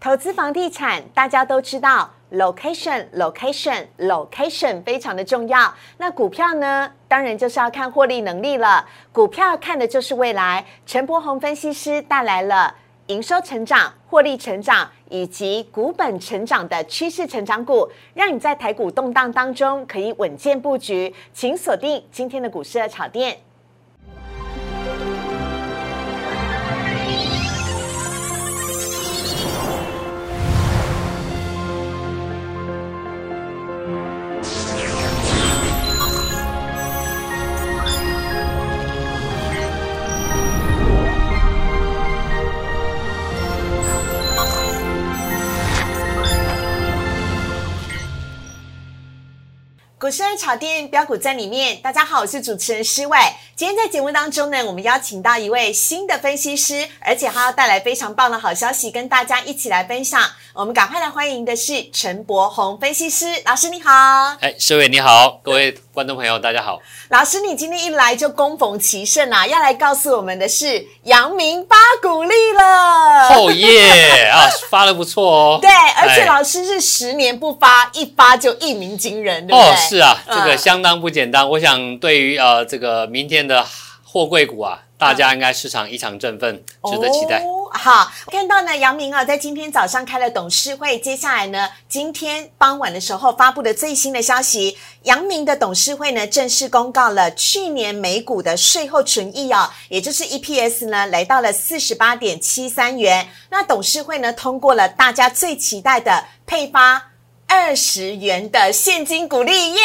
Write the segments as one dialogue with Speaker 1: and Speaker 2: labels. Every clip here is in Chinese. Speaker 1: 投资房地产，大家都知道，location、location、location 非常的重要。那股票呢，当然就是要看获利能力了。股票看的就是未来。陈柏宏分析师带来了营收成长、获利成长以及股本成长的趋势成长股，让你在台股动荡当中可以稳健布局。请锁定今天的股市的炒店。股市爱炒店标股在里面。大家好，我是主持人施伟。今天在节目当中呢，我们邀请到一位新的分析师，而且他要带来非常棒的好消息，跟大家一起来分享。我们赶快来欢迎的是陈柏宏分析师老师，你好。
Speaker 2: 哎，社伟你好，各位观众朋友，大家好。
Speaker 1: 老师，你今天一来就恭逢其盛啊，要来告诉我们的是阳明八股利了。
Speaker 2: 哦耶啊，发的不错哦。
Speaker 1: 呃 对，而且
Speaker 2: 哎
Speaker 1: 老师是十年不发，一发就一鸣惊人，对不对？
Speaker 2: 哦，是啊，这个
Speaker 1: 嗯
Speaker 2: 相当不简单。我想对于呃这个明天的货柜股啊，大家应该市场异常振奋，值得期待。
Speaker 1: 哦、好，看到呢，杨明啊，在今天早上开了董事会，接下来呢，今天傍晚的时候发布的最新的消息，杨明的董事会呢正式公告了去年每股的税后纯益哦，也就是 EPS 呢来到了四十八点七三元。那董事会呢通过了大家最期待的配发。二十元的现金股利，耶！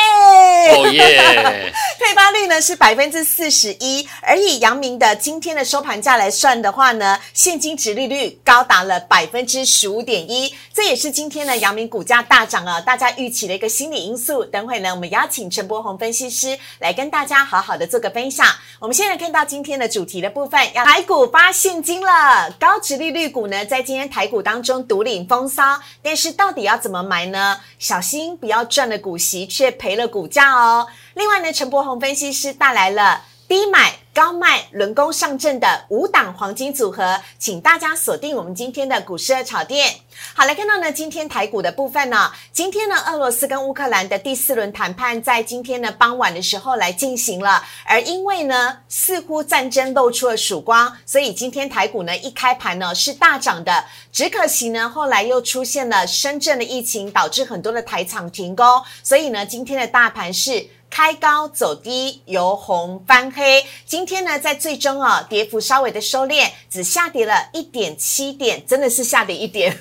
Speaker 2: 哦耶，
Speaker 1: 配发率呢是百分之四十一，而以阳明的今天的收盘价来算的话呢，现金值利率高达了百分之十五点一，这也是今天呢阳明股价大涨啊，大家预期的一个心理因素。等会呢，我们邀请陈柏宏分析师来跟大家好好的做个分享。我们现在看到今天的主题的部分，要台股发现金了，高值利率股呢在今天台股当中独领风骚，但是到底要怎么买呢？小心不要赚了股息却赔了股价哦。另外呢，陈柏宏分析师带来了低买高卖轮工上阵的五档黄金组合，请大家锁定我们今天的股市的炒店。好，来看到呢，今天台股的部分呢、哦今天呢，俄罗斯跟乌克兰的第四轮谈判在今天呢傍晚的时候来进行了，而因为呢，似乎战争露出了曙光，所以今天台股呢一开盘呢是大涨的，只可惜呢后来又出现了深圳的疫情，导致很多的台厂停工，所以呢，今天的大盘是。开高走低，由红翻黑。今天呢，在最终啊、跌幅稍微的收敛，只下跌了一点七点，真的是下跌一点，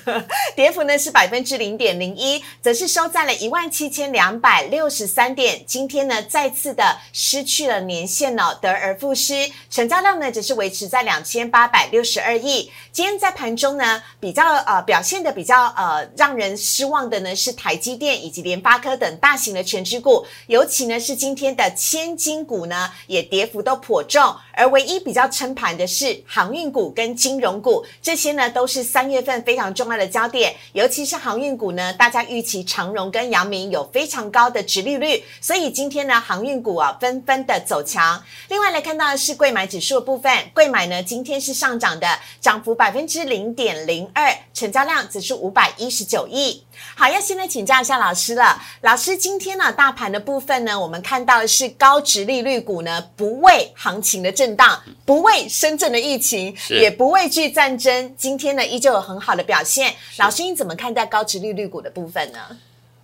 Speaker 1: 跌幅呢是百分之零点零一，则是收在了一万七千两百六十三点。今天呢，再次的失去了年限哦，得而复失，成交量呢只是维持在两千八百六十二亿。今天在盘中呢，比较呃表现的比较呃让人失望的呢是台积电以及联发科等大型的全职股，尤其呢是今天的千金股呢也跌幅都颇重，而唯一比较撑盘的是航运股跟金融股，这些呢都是三月份非常重要的焦点，尤其是航运股呢，大家预期长荣跟阳明有非常高的值利率，所以今天呢航运股啊纷纷的走强。另外来看到的是贵买指数的部分，贵买呢今天是上涨的，涨幅百分之零点零二，成交量只是五百一十九亿。好，要现在请教一下老师了。老师，今天呢、大盘的部分呢，我们看到的是高值利率股呢，不畏行情的震荡，不畏深圳的疫情，
Speaker 2: 是
Speaker 1: 也不畏惧战争。今天呢，依旧有很好的表现。老师，你怎么看待高值利率股的部分呢？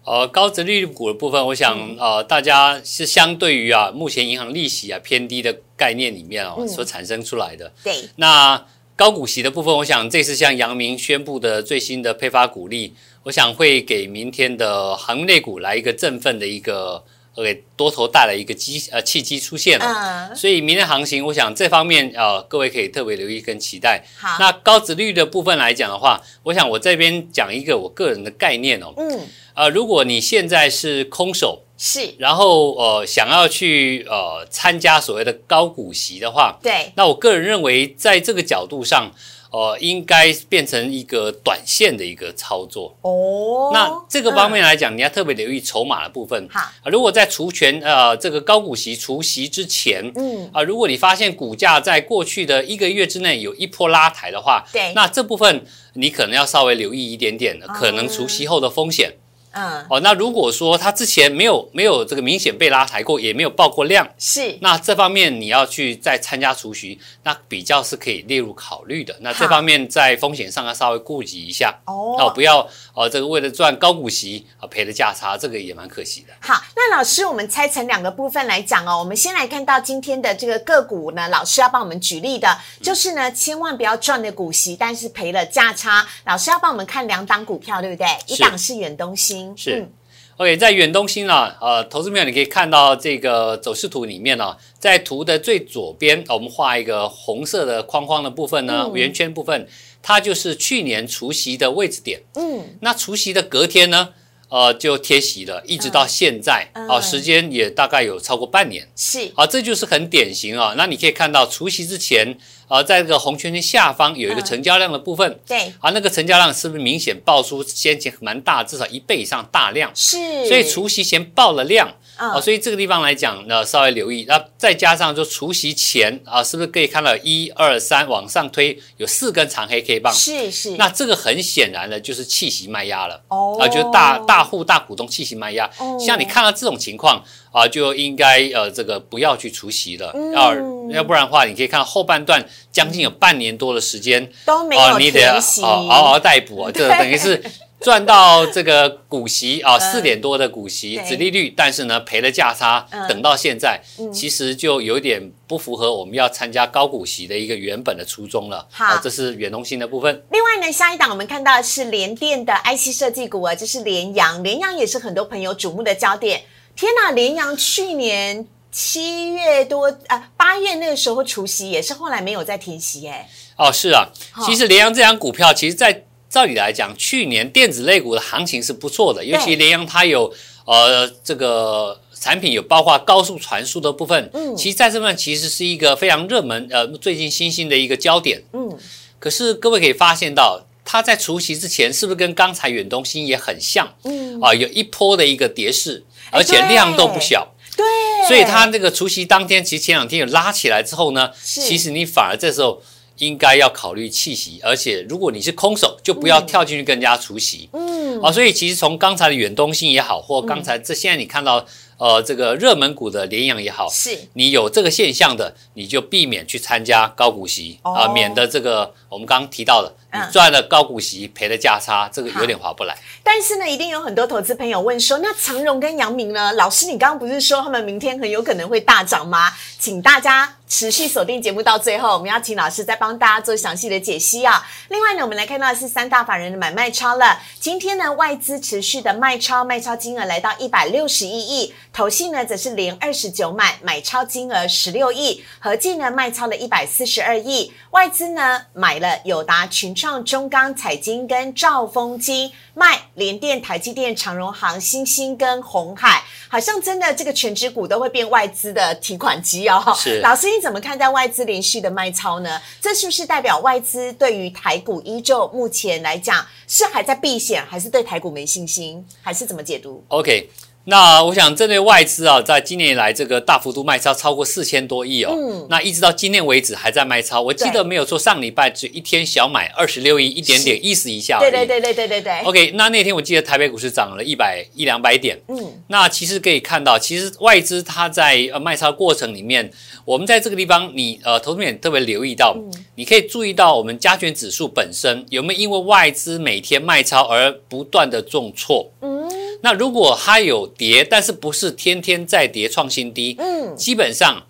Speaker 2: 呃，高值利率股的部分，我
Speaker 1: 嗯
Speaker 2: 想呃，大家是相对于啊目前银行利息啊偏低的概念里面
Speaker 1: 嗯
Speaker 2: 哦所产生出来的。
Speaker 1: 对，
Speaker 2: 那高股息的部分，我想这次像阳明宣布的最新的配发股利，我想会给明天的航运类股来一个振奋的一个呃给多头带来一个机呃契机出现了。
Speaker 1: 嗯，
Speaker 2: 所以明天行情，我想这方面呃各位可以特别留意跟期待。
Speaker 1: 好，
Speaker 2: 那高值率的部分来讲的话，我想我这边讲一个我个人的概念哦，
Speaker 1: 嗯，
Speaker 2: 呃，如果你现在是空手，
Speaker 1: 是
Speaker 2: 然后呃想要去呃参加所谓的高股息的话，
Speaker 1: 对，
Speaker 2: 那我个人认为，在这个角度上，呃，应该变成一个短线的一个操作。
Speaker 1: 哦，嗯
Speaker 2: 那这个方面来讲，你要特别留意筹码的部分。
Speaker 1: 好
Speaker 2: 啊如果在除权呃这个高股息除息之前，
Speaker 1: 嗯，
Speaker 2: 啊，如果你发现股价在过去的一个月之内有一波拉抬的话，
Speaker 1: 对哦
Speaker 2: 那这部分你可能要稍微留意一点点，可能除息后的风险。
Speaker 1: 嗯，
Speaker 2: 哦，那如果说它之前没有没有这个明显被拉抬过，也没有爆过量，
Speaker 1: 是
Speaker 2: 那这方面你要去再参加除息，那比较是可以列入考虑的。那这方面在风险上要稍微顾及一下。哦，
Speaker 1: 哦。
Speaker 2: 不要哦，这个为了赚高股息啊赔了价差，这个也蛮可惜的。
Speaker 1: 好，那老师，我们拆成两个部分来讲哦。我们先来看到今天的这个个股呢，老师要帮我们举例的，
Speaker 2: 嗯
Speaker 1: 就是呢，千万不要赚了股息，但是赔了价差。老师要帮我们看两档股票，对不对？一档是远东新，
Speaker 2: 是
Speaker 1: 嗯
Speaker 2: OK，在远东新啊，呃，投资朋友你可以看到这个走势图里面呢、在图的最左边，呃我们画一个红色的框框的部分呢，
Speaker 1: 嗯
Speaker 2: 圆圈部分，它就是去年除夕的位置点。
Speaker 1: 嗯，
Speaker 2: 那除夕的隔天呢，呃，就贴息了，一直到现在啊、
Speaker 1: 嗯
Speaker 2: 时间也大概有超过半年。啊
Speaker 1: 是
Speaker 2: 好，这就是很典型啊。那你可以看到除夕之前，啊，在这个红圈圈下方有一个
Speaker 1: 嗯
Speaker 2: 成交量的部分，
Speaker 1: 对，
Speaker 2: 啊，那个成交量是不是明显爆出先前蛮大，至少一倍以上大量？
Speaker 1: 是，
Speaker 2: 所以除夕前爆了量啊、
Speaker 1: 嗯
Speaker 2: 所以这个地方来讲呢，稍微留意。那再加上就除夕前啊，是不是可以看到一二三往上推，有四根长黑 K 棒？
Speaker 1: 是是，
Speaker 2: 啊那这个很显然的就是气息卖压了。
Speaker 1: 哦
Speaker 2: 啊，就是大大户大股东气息卖压
Speaker 1: 哦，
Speaker 2: 像你看到这种情况啊，就应该呃这个不要去除息了，
Speaker 1: 嗯
Speaker 2: 要要不然的话，你可以看到后半段将近有半年多的时间，
Speaker 1: 都没
Speaker 2: 哦，
Speaker 1: 有
Speaker 2: 你得
Speaker 1: 填
Speaker 2: 哦
Speaker 1: 息，
Speaker 2: 嗷嗷待哺哦，这
Speaker 1: 对
Speaker 2: 等于是赚到这个股息啊，
Speaker 1: 嗯
Speaker 2: 四点多的股息，
Speaker 1: 对
Speaker 2: 殖利率，但是呢赔了价差
Speaker 1: 嗯，
Speaker 2: 等到现在
Speaker 1: 嗯，
Speaker 2: 其实就有点不符合我们要参加高股息的一个原本的初衷了。
Speaker 1: 好
Speaker 2: 哦这是远东新的部分。
Speaker 1: 另外呢，下一档我们看到的是联电的 IC 设计股啊，这是联阳，联阳也是很多朋友瞩目的焦点。天呐，联阳去年七月多啊八月那个时候除夕，也是后来没有再填息哎、
Speaker 2: 哦，是啊
Speaker 1: 好，
Speaker 2: 其实联阳这张股票，其实在照理来讲，去年电子类股的行情是不错的，尤其联阳它有呃这个产品有包括高速传输的部分，
Speaker 1: 嗯
Speaker 2: 其实在这部分其实是一个非常热门呃最近新兴的一个焦点。
Speaker 1: 嗯，
Speaker 2: 可是各位可以发现到，它在除夕之前是不是跟刚才远东新也很像？
Speaker 1: 嗯
Speaker 2: 啊、有一波的一个跌势，
Speaker 1: 哎
Speaker 2: 而且
Speaker 1: 对
Speaker 2: 量都不小。
Speaker 1: 对，
Speaker 2: 所以它那个除夕当天，其实前两天有拉起来之后呢，
Speaker 1: 是
Speaker 2: 其实你反而这时候应该要考虑弃息，而且如果你是空手，就不要跳进去跟人家除夕。
Speaker 1: 嗯
Speaker 2: 啊，所以其实从刚才的远东信也好，或刚才这现在你看到呃这个热门股的联阳也好，
Speaker 1: 是
Speaker 2: 你有这个现象的，你就避免去参加高股息
Speaker 1: 哦
Speaker 2: 啊，免得这个我们刚刚提到的，
Speaker 1: 嗯
Speaker 2: 你赚了高股息赔了价差，这个有点划不来。
Speaker 1: 但是呢，一定有很多投资朋友问说，那长荣跟阳明呢？老师，你刚刚不是说他们明天很有可能会大涨吗？请大家持续锁定节目到最后，我们要请老师再帮大家做详细的解析啊。另外呢，我们来看到的是三大法人的买卖超了。今天呢，外资持续的卖超，卖超金额来到一百六十一亿，投信呢则是连二十九买，买超金额十六亿，合计呢卖超了一百四十二亿。外资呢买了友达、群创、中钢、彩晶跟兆丰金，卖联电、台积电、长荣行、新兴跟红海，好像真的这个全指股都会变外资的提款机哦。
Speaker 2: 是
Speaker 1: 老师你怎么看待外资连续的卖超呢？这是不是代表外资对于台股依旧目前来讲是还在避险，还是对台股没信心，还是怎么解读？
Speaker 2: OK，那我想针对外资啊，在今年以来这个大幅度卖超超过四千多亿哦，
Speaker 1: 嗯
Speaker 2: 那一直到今天为止还在卖超。我记
Speaker 1: 对
Speaker 2: 得没有错，上礼拜只一天小买二十六亿，一点点意思一下而
Speaker 1: 对
Speaker 2: 已。
Speaker 1: 对对对对对对，
Speaker 2: OK，那那天我记得台北股市涨了一百一两百点。
Speaker 1: 嗯，
Speaker 2: 那其实可以看到，其实外资它在呃卖超过程里面，我们在这个地方你，呃投资者特别留意
Speaker 1: 嗯
Speaker 2: 到，你可以注意到我们加权指数本身有没有因为外资每天卖超而不断的重挫。
Speaker 1: 嗯，
Speaker 2: 那如果它有跌，但是不是天天在跌创新低，
Speaker 1: 嗯
Speaker 2: 基本上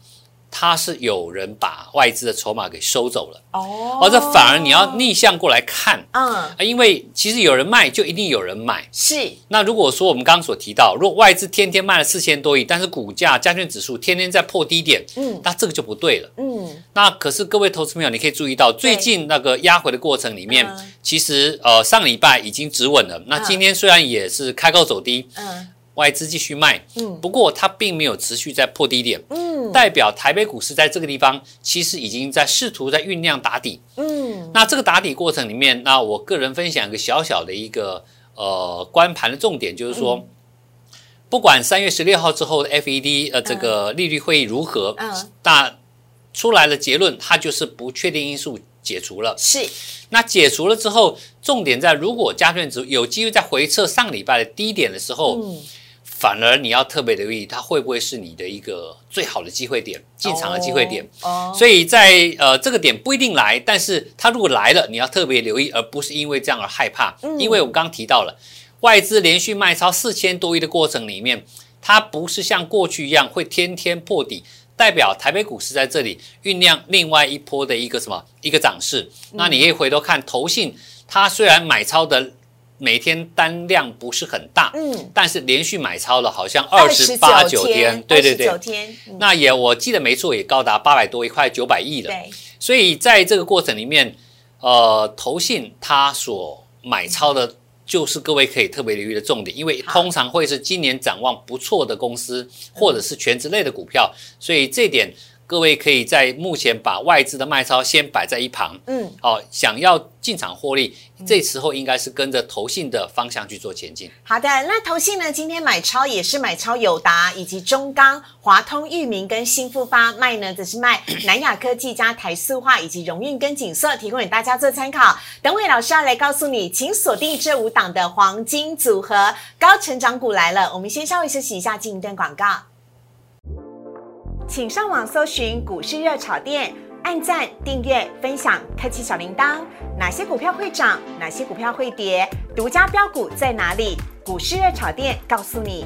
Speaker 2: 它是有人把外资的筹码给收走了，
Speaker 1: 哦
Speaker 2: 而这反而你要逆向过来看，
Speaker 1: 嗯
Speaker 2: 啊因为其实有人卖就一定有人买。
Speaker 1: 是
Speaker 2: 那如果说我们刚刚所提到，如果外资天天卖了四千多亿，但是股价加权指数天天在破低点，
Speaker 1: 嗯
Speaker 2: 那这个就不对了。
Speaker 1: 嗯
Speaker 2: 那可是各位投资朋友，你可以注意到最近那个压回的过程里面
Speaker 1: 嗯，
Speaker 2: 其实呃上礼拜已经止稳了，那今天虽然也是开高走低，
Speaker 1: 嗯
Speaker 2: 外资继续卖，
Speaker 1: 嗯
Speaker 2: 不过它并没有持续在破低点，
Speaker 1: 嗯
Speaker 2: 代表台北股市在这个地方其实已经在试图在酝酿打底。
Speaker 1: 嗯
Speaker 2: 那这个打底过程里面，那我个人分享一个小小的一个呃观盘的重点，就是说，
Speaker 1: 嗯
Speaker 2: 不管三月十六号之后的 FED 呃这个利率会议如何，
Speaker 1: 嗯
Speaker 2: 那出来的结论它就是不确定因素解除了。
Speaker 1: 是
Speaker 2: 那解除了之后，重点在如果加权指数有机会在回撤上礼拜的低点的时候，
Speaker 1: 嗯
Speaker 2: 反而你要特别留意它会不会是你的一个最好的机会点，进场的机会点。
Speaker 1: 哦，
Speaker 2: 所以在呃这个点不一定来，但是它如果来了，你要特别留意，而不是因为这样而害怕。
Speaker 1: 嗯
Speaker 2: 因为我刚刚提到了，外资连续卖超四千多亿的过程里面，它不是像过去一样会天天破底，代表台北股市在这里酝酿另外一波的一个什么一个涨势。
Speaker 1: 嗯
Speaker 2: 那你可以回头看投信，它虽然买超的每天单量不是很大，
Speaker 1: 嗯，
Speaker 2: 但是连续买超了好像二
Speaker 1: 二
Speaker 2: 十
Speaker 1: 十
Speaker 2: 八
Speaker 1: 九
Speaker 2: 九天，对对对
Speaker 1: 九。天，嗯
Speaker 2: 那也我记得没错，也高达八百多，一块九百亿了。
Speaker 1: 对，
Speaker 2: 所以在这个过程里面，呃，投信它所买超的，就是各位可以特别留意的重点，因为
Speaker 1: 好
Speaker 2: 通常会是今年展望不错的公司，或者是全职类的股票，所以这点各位可以在目前把外资的卖超先摆在一旁。
Speaker 1: 嗯，
Speaker 2: 哦，想要进场获利，这时候应该是跟着投信的方向去做前进。
Speaker 1: 好的。那投信呢，今天买超也是买超友达以及中钢、华通、裕民跟新富发，卖呢则是卖南亚科技加台塑化以及荣运跟景色，提供给大家做参考。等会老师要来告诉你，请锁定这五档的黄金组合，高成长股来了。我们先稍微休息一下，进一段广告。请上网搜寻股市热炒店，按赞、订阅、分享，开启小铃铛。哪些股票会涨？哪些股票会跌？独家标股在哪里？股市热炒店告诉你。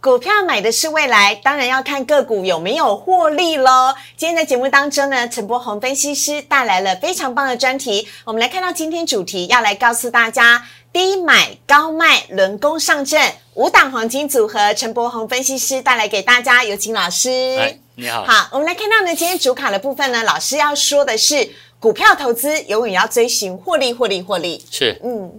Speaker 1: 股票买的是未来，当然要看个股有没有获利喽。今天在节目当中呢，陈柏宏分析师带来了非常棒的专题，我们来看到今天主题要来告诉大家。低买高卖，轮攻上阵，五档黄金组合，陈柏宏分析师带来给大家，有请老师。
Speaker 2: 哎，你好。
Speaker 1: 好，我们来看到呢，今天主卡的部分呢，老师要说的是，股票投资永远要追寻获利，获利，获利。
Speaker 2: 是，
Speaker 1: 嗯，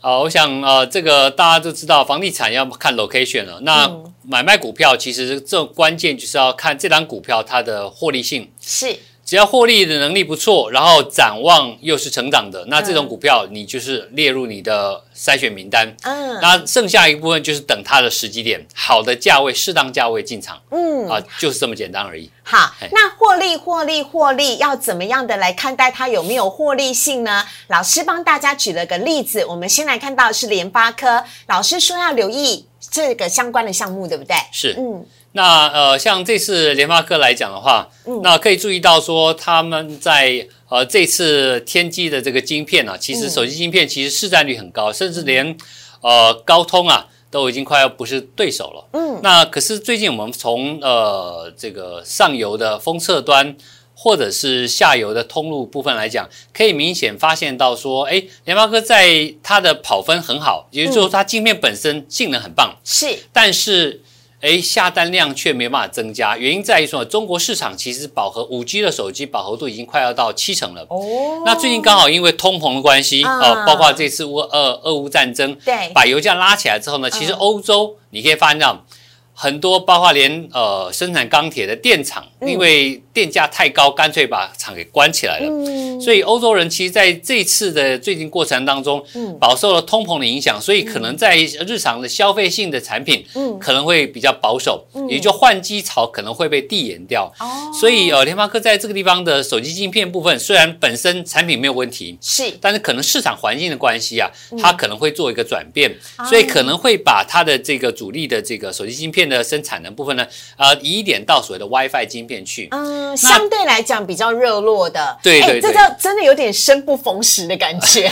Speaker 2: 好，我想呃，这个大家都知道，房地产要看 location 了。那
Speaker 1: 嗯
Speaker 2: 买卖股票，其实这关键就是要看这档股票它的获利性。
Speaker 1: 是
Speaker 2: 只要获利的能力不错，然后展望又是成长的，那这种
Speaker 1: 嗯
Speaker 2: 股票你就是列入你的筛选名单。
Speaker 1: 嗯
Speaker 2: 那剩下一部分就是等它的时机点，好的价位、适当价位进场
Speaker 1: 嗯，
Speaker 2: 啊，就是这么简单而已。
Speaker 1: 好
Speaker 2: 嘿，
Speaker 1: 那获利获利获利要怎么样的来看待它有没有获利性呢？老师帮大家举了个例子，我们先来看到是联发科，老师说要留意这个相关的项目，对不对？
Speaker 2: 是，
Speaker 1: 嗯，
Speaker 2: 那呃，像这次联发科来讲的话，
Speaker 1: 嗯
Speaker 2: 那可以注意到说他们在呃这次天玑的这个晶片啊，其实
Speaker 1: 嗯
Speaker 2: 手机晶片其实市占率很高，甚至连呃高通啊都已经快要不是对手了。
Speaker 1: 嗯，
Speaker 2: 那可是最近我们从呃这个上游的封测端。或者是下游的通路部分来讲，可以明显发现到说，哎，联发科在它的跑分很好，也
Speaker 1: 嗯
Speaker 2: 就是说它晶片本身性能很棒，
Speaker 1: 是
Speaker 2: 但是诶下单量却没办法增加，原因在于说中国市场其实饱和五 G 的手机饱和度已经快要到七成了。
Speaker 1: 哦
Speaker 2: 那最近刚好因为通膨的关系，
Speaker 1: 啊
Speaker 2: 呃，包括这次乌俄俄乌战争，
Speaker 1: 对
Speaker 2: 把油价拉起来之后呢，其实
Speaker 1: 嗯
Speaker 2: 欧洲你可以发现到很多，包括连呃生产钢铁的电厂，
Speaker 1: 嗯
Speaker 2: 因为电价太高，干脆把厂给关起来了。
Speaker 1: 嗯
Speaker 2: 所以欧洲人其实在这次的最近过程当中
Speaker 1: 嗯，
Speaker 2: 饱受了通膨的影响，所以可能在日常的消费性的产品
Speaker 1: 嗯，
Speaker 2: 可能会比较保守，
Speaker 1: 嗯
Speaker 2: 也就换机潮可能会被递延掉。
Speaker 1: 哦
Speaker 2: 所以呃，联发科在这个地方的手机晶片部分，虽然本身产品没有问题。
Speaker 1: 是
Speaker 2: 但是可能市场环境的关系啊，
Speaker 1: 嗯
Speaker 2: 它可能会做一个转变，所以
Speaker 1: 啊
Speaker 2: 可能会把它的这个主力的这个手机晶片的生产的部分呢，呃，移一点到所谓的 WiFi 晶片去。
Speaker 1: 嗯，相对来讲比较热络的，
Speaker 2: 对对
Speaker 1: 哎这
Speaker 2: 对
Speaker 1: 叫真的有点生不逢时的感 觉。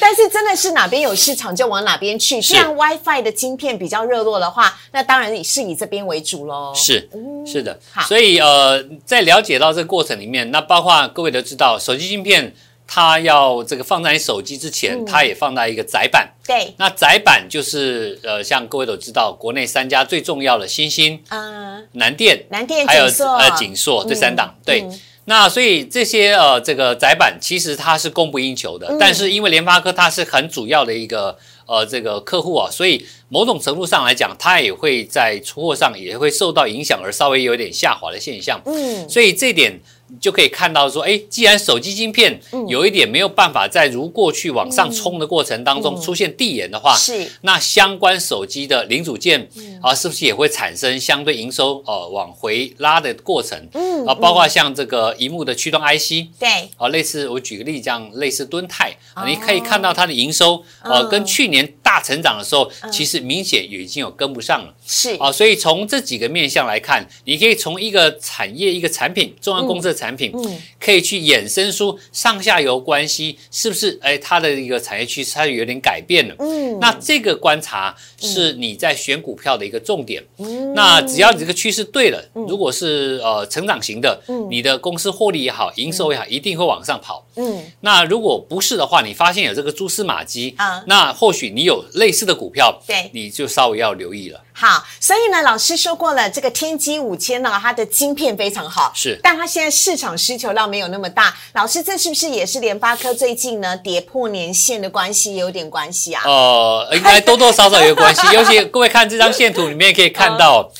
Speaker 1: 但是真的是哪边有市场就往哪边去。既然 WiFi 的晶片比较热络的话，那当然也是以这边为主喽。，
Speaker 2: 是，是的
Speaker 1: 哦好。
Speaker 2: 所以呃，在了解到这个过程里面，那包括各位都知道，手机晶片它要这个放在你手机之前，它也放在一个载板。
Speaker 1: 对，
Speaker 2: 那载板就是呃，像各位都知道，国内三家最重要的新兴、
Speaker 1: 嗯，
Speaker 2: 南电，
Speaker 1: 南电
Speaker 2: 还有
Speaker 1: 景硕啊嗯
Speaker 2: 呃景硕这三档。对。那所以这些呃，这个载板其实它是供不应求
Speaker 1: 嗯
Speaker 2: 的，但是因为联发科它是很主要的一个呃这个客户啊，所以某种程度上来讲，它也会在出货上也会受到影响而稍微有点下滑的现象。
Speaker 1: 嗯，
Speaker 2: 所以这点你就可以看到说，哎，既然手机晶片
Speaker 1: 嗯
Speaker 2: 有一点没有办法在如过去往上冲的过程当
Speaker 1: 嗯
Speaker 2: 中出现递延的话，
Speaker 1: 是
Speaker 2: 那相关手机的零组件
Speaker 1: 嗯
Speaker 2: 啊，是不是也会产生相对营收呃往回拉的过程？
Speaker 1: 嗯
Speaker 2: 啊，包括像这个荧幕的驱动 IC，
Speaker 1: 对，
Speaker 2: 啊，类似我举个例，这样类似敦泰，啊
Speaker 1: 哦
Speaker 2: 你可以看到它的营收，呃，
Speaker 1: 嗯
Speaker 2: 跟去年大成长的时候，其实明显也已经有跟不上了。
Speaker 1: 是
Speaker 2: 啊，所以从这几个面向来看，你可以从一个产业、一个产品、中央公司的产品，
Speaker 1: 嗯嗯
Speaker 2: 可以去衍生出上下游关系是不是？哎，它的一个产业趋势它有点改变了。
Speaker 1: 嗯
Speaker 2: 那这个观察是你在选股票的一个重点。
Speaker 1: 嗯
Speaker 2: 那只要你这个趋势对了，如果是呃成长型的，你的公司获利也好，营收也好，一定会往上跑。
Speaker 1: 嗯
Speaker 2: 那如果不是的话，你发现有这个蛛丝马迹
Speaker 1: 啊
Speaker 2: 那或许你有类似的股票，
Speaker 1: 对
Speaker 2: 你就稍微要留意了。
Speaker 1: 好，所以呢，老师说过了，这个天玑五千呢，它的晶片非常好，
Speaker 2: 是
Speaker 1: 但它现在市场需求量没有那么大。老师，这是不是也是联发科最近呢跌破年线的关系，也有点关系啊？
Speaker 2: 呃，应该多多少少有关系，尤其各位看这张线图里面可以 看到，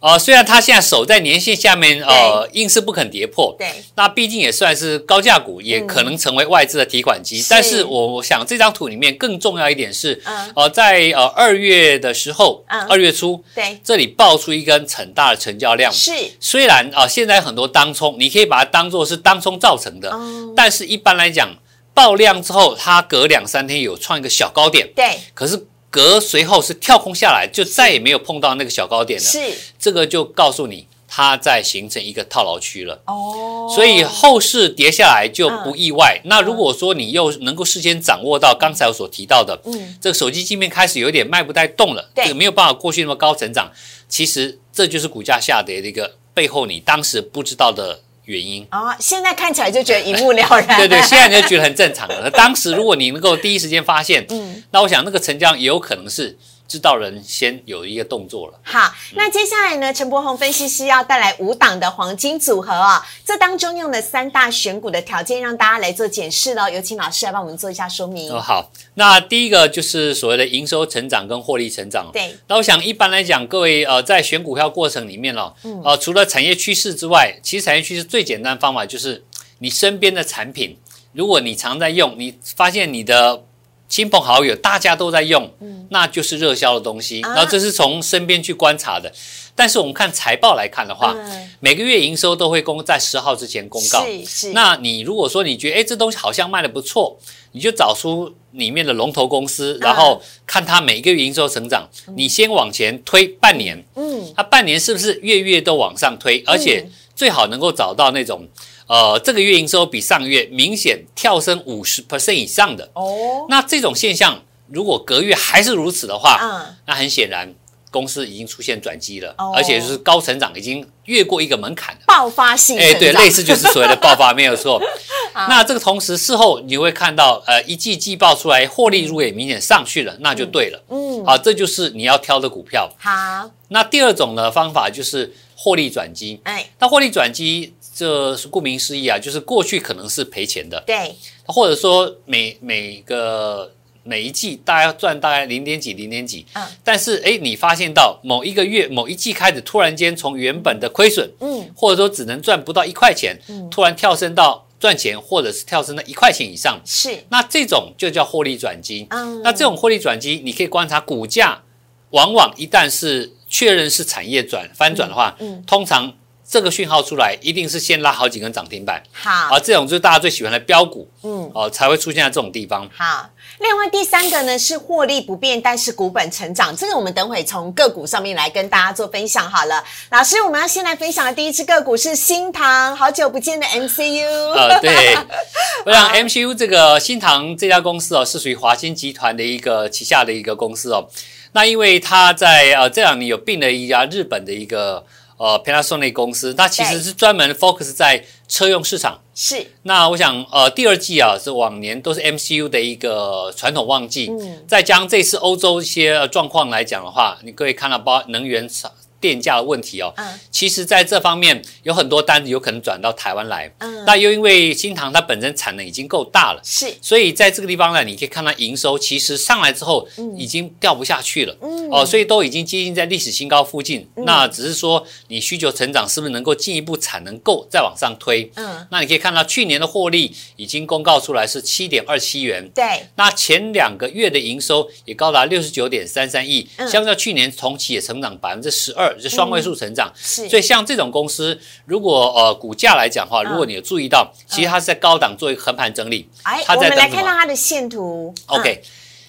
Speaker 2: 呃，虽然它现在守在年线下面，呃，硬是不肯跌破，
Speaker 1: 对，嗯
Speaker 2: 那毕竟也算是高价股，也可能成为外资的提款机。
Speaker 1: 是
Speaker 2: 但是我我想这张图里面更重要一点是，
Speaker 1: 嗯
Speaker 2: 呃，在呃二月的时候，
Speaker 1: 嗯
Speaker 2: 二、月初，
Speaker 1: 对，
Speaker 2: 这里爆出一根很大的成交量。
Speaker 1: 是，
Speaker 2: 虽然啊、呃现在很多当冲，你可以把它当做是当冲造成的，
Speaker 1: 哦
Speaker 2: 但是一般来讲，爆量之后，它隔两三天有创一个小高点，
Speaker 1: 对，
Speaker 2: 可是隔随后是跳空下来，就再也没有碰到那个小高点了。
Speaker 1: 是，
Speaker 2: 这个就告诉你，它在形成一个套牢区了。
Speaker 1: 哦，嗯
Speaker 2: 所以后市跌下来就不意外。那如果说你又能够事先掌握到刚才我所提到的，
Speaker 1: 嗯
Speaker 2: 这个手机晶片开始有点卖不太动了，
Speaker 1: 对
Speaker 2: 这个没有办法过去那么高成长，其实这就是股价下跌的一个背后你当时不知道的原因。
Speaker 1: 哦，现在看起来就觉得一目了然，
Speaker 2: 对对，现在你就觉得很正常了。当时如果你能够第一时间发现，
Speaker 1: 嗯
Speaker 2: 那我想那个成交也有可能是知道人先有一个动作了。
Speaker 1: 好，那接下来呢，陈柏宏分析师要带来五档的黄金组合哦，这当中用了三大选股的条件，让大家来做检视喽。有请老师来帮我们做一下说明。
Speaker 2: 哦，好，那第一个就是所谓的营收成长跟获利成长。
Speaker 1: 对，
Speaker 2: 那我想一般来讲，各位呃在选股票过程里面哦，
Speaker 1: 嗯
Speaker 2: 呃除了产业趋势之外，其实产业趋势最简单的方法就是你身边的产品，如果你常在用，你发现你的亲朋好友大家都在用，那就是热销的东西。
Speaker 1: 嗯啊
Speaker 2: 然后这是从身边去观察的。但是我们看财报来看的话，
Speaker 1: 嗯
Speaker 2: 每个月营收都会公在十号之前公告。
Speaker 1: 是是，
Speaker 2: 那你如果说你觉得哎这东西好像卖的不错，你就找出里面的龙头公司，
Speaker 1: 嗯
Speaker 2: 然后看它每个月营收成长，你先往前推半年，
Speaker 1: 嗯
Speaker 2: 它半年是不是月月都往上推，而且最好能够找到那种呃这个月营收比上个月明显跳升五十 percent 以上的，
Speaker 1: 哦，
Speaker 2: 那这种现象如果隔月还是如此的话，
Speaker 1: 嗯
Speaker 2: 那很显然公司已经出现转机了，
Speaker 1: 哦
Speaker 2: 而且就是高成长已经越过一个门槛了。
Speaker 1: 爆发性成
Speaker 2: 哎，
Speaker 1: 长，
Speaker 2: 对，类似就是所谓的爆发，没有 错。那这个同时事后你会看到，呃，一季季报出来，获利如果也明显上去了，那就对了。
Speaker 1: 嗯，
Speaker 2: 好，这就是你要挑的股票。
Speaker 1: 好，
Speaker 2: 那第二种呢方法就是获利转机。
Speaker 1: 哎，
Speaker 2: 那获利转机，这是顾名思义啊，就是过去可能是赔钱的，
Speaker 1: 对，
Speaker 2: 或者说每每个每一季大概赚大概零点几零点几，
Speaker 1: 嗯
Speaker 2: 但是哎，你发现到某一个月某一季开始，突然间从原本的亏损，
Speaker 1: 嗯，
Speaker 2: 或者说只能赚不到一块钱，突然跳升到赚钱，或者是跳升到一块钱以上，
Speaker 1: 是，
Speaker 2: 那这种就叫获利转机。
Speaker 1: 嗯，
Speaker 2: 那这种获利转机，你可以观察股价，往往一旦是确认是产业转翻转的话，
Speaker 1: 嗯
Speaker 2: 通常这个讯号出来，一定是先拉好几根涨停板，
Speaker 1: 好
Speaker 2: 啊，，这种就是大家最喜欢的标股，
Speaker 1: 嗯，
Speaker 2: 哦、才会出现在这种地方。
Speaker 1: 好。另外第三个呢是获利不变，但是股本成长，这个我们等会从个股上面来跟大家做分享好了。老师，我们要先来分享的第一只个股是新塘，好久不见的 MCU。
Speaker 2: 呃，对，我想 MCU 这个新唐这家公司哦，是属于华兴集团的一个旗下的一个公司哦。那因为它在呃这两年有并了一家日本的一个呃 Panasonic 公司，它其
Speaker 1: 对
Speaker 2: 实是专门 focus 在车用市场。
Speaker 1: 是，
Speaker 2: 那我想，呃，第二季啊是往年都是 MCU 的一个传
Speaker 1: 嗯
Speaker 2: 统旺季，再加上这次欧洲一些呃状况来讲的话，你可以看到，包括能源电价的问题哦。
Speaker 1: 嗯
Speaker 2: 其实，在这方面有很多单子有可能转到台湾来，
Speaker 1: 嗯，
Speaker 2: 那又因为新塘它本身产能已经够大了，
Speaker 1: 是
Speaker 2: 所以在这个地方呢，你可以看到营收其实上来之后已经掉不下去了，
Speaker 1: 嗯
Speaker 2: 哦，所以都已经接近在历史新高附近。
Speaker 1: 嗯
Speaker 2: 那只是说你需求成长是不是能够进一步产能够再往上推？
Speaker 1: 嗯，
Speaker 2: 那你可以看到去年的获利已经公告出来是七点二七元。
Speaker 1: 对，
Speaker 2: 那前两个月的营收也高达六十九点三三亿，
Speaker 1: 嗯
Speaker 2: 相较去年同期也成长百分之十二，是双位数成长。
Speaker 1: 是，
Speaker 2: 所以像这种公司，如果呃股价来讲的话，
Speaker 1: 嗯
Speaker 2: 如果你有注意到，其实它是在高档做一个横盘整理。
Speaker 1: 哎，
Speaker 2: 它
Speaker 1: 我
Speaker 2: 在
Speaker 1: 们
Speaker 2: 等
Speaker 1: 来
Speaker 2: 什
Speaker 1: 看嗯
Speaker 2: 么
Speaker 1: 到它的线图。
Speaker 2: ？OK。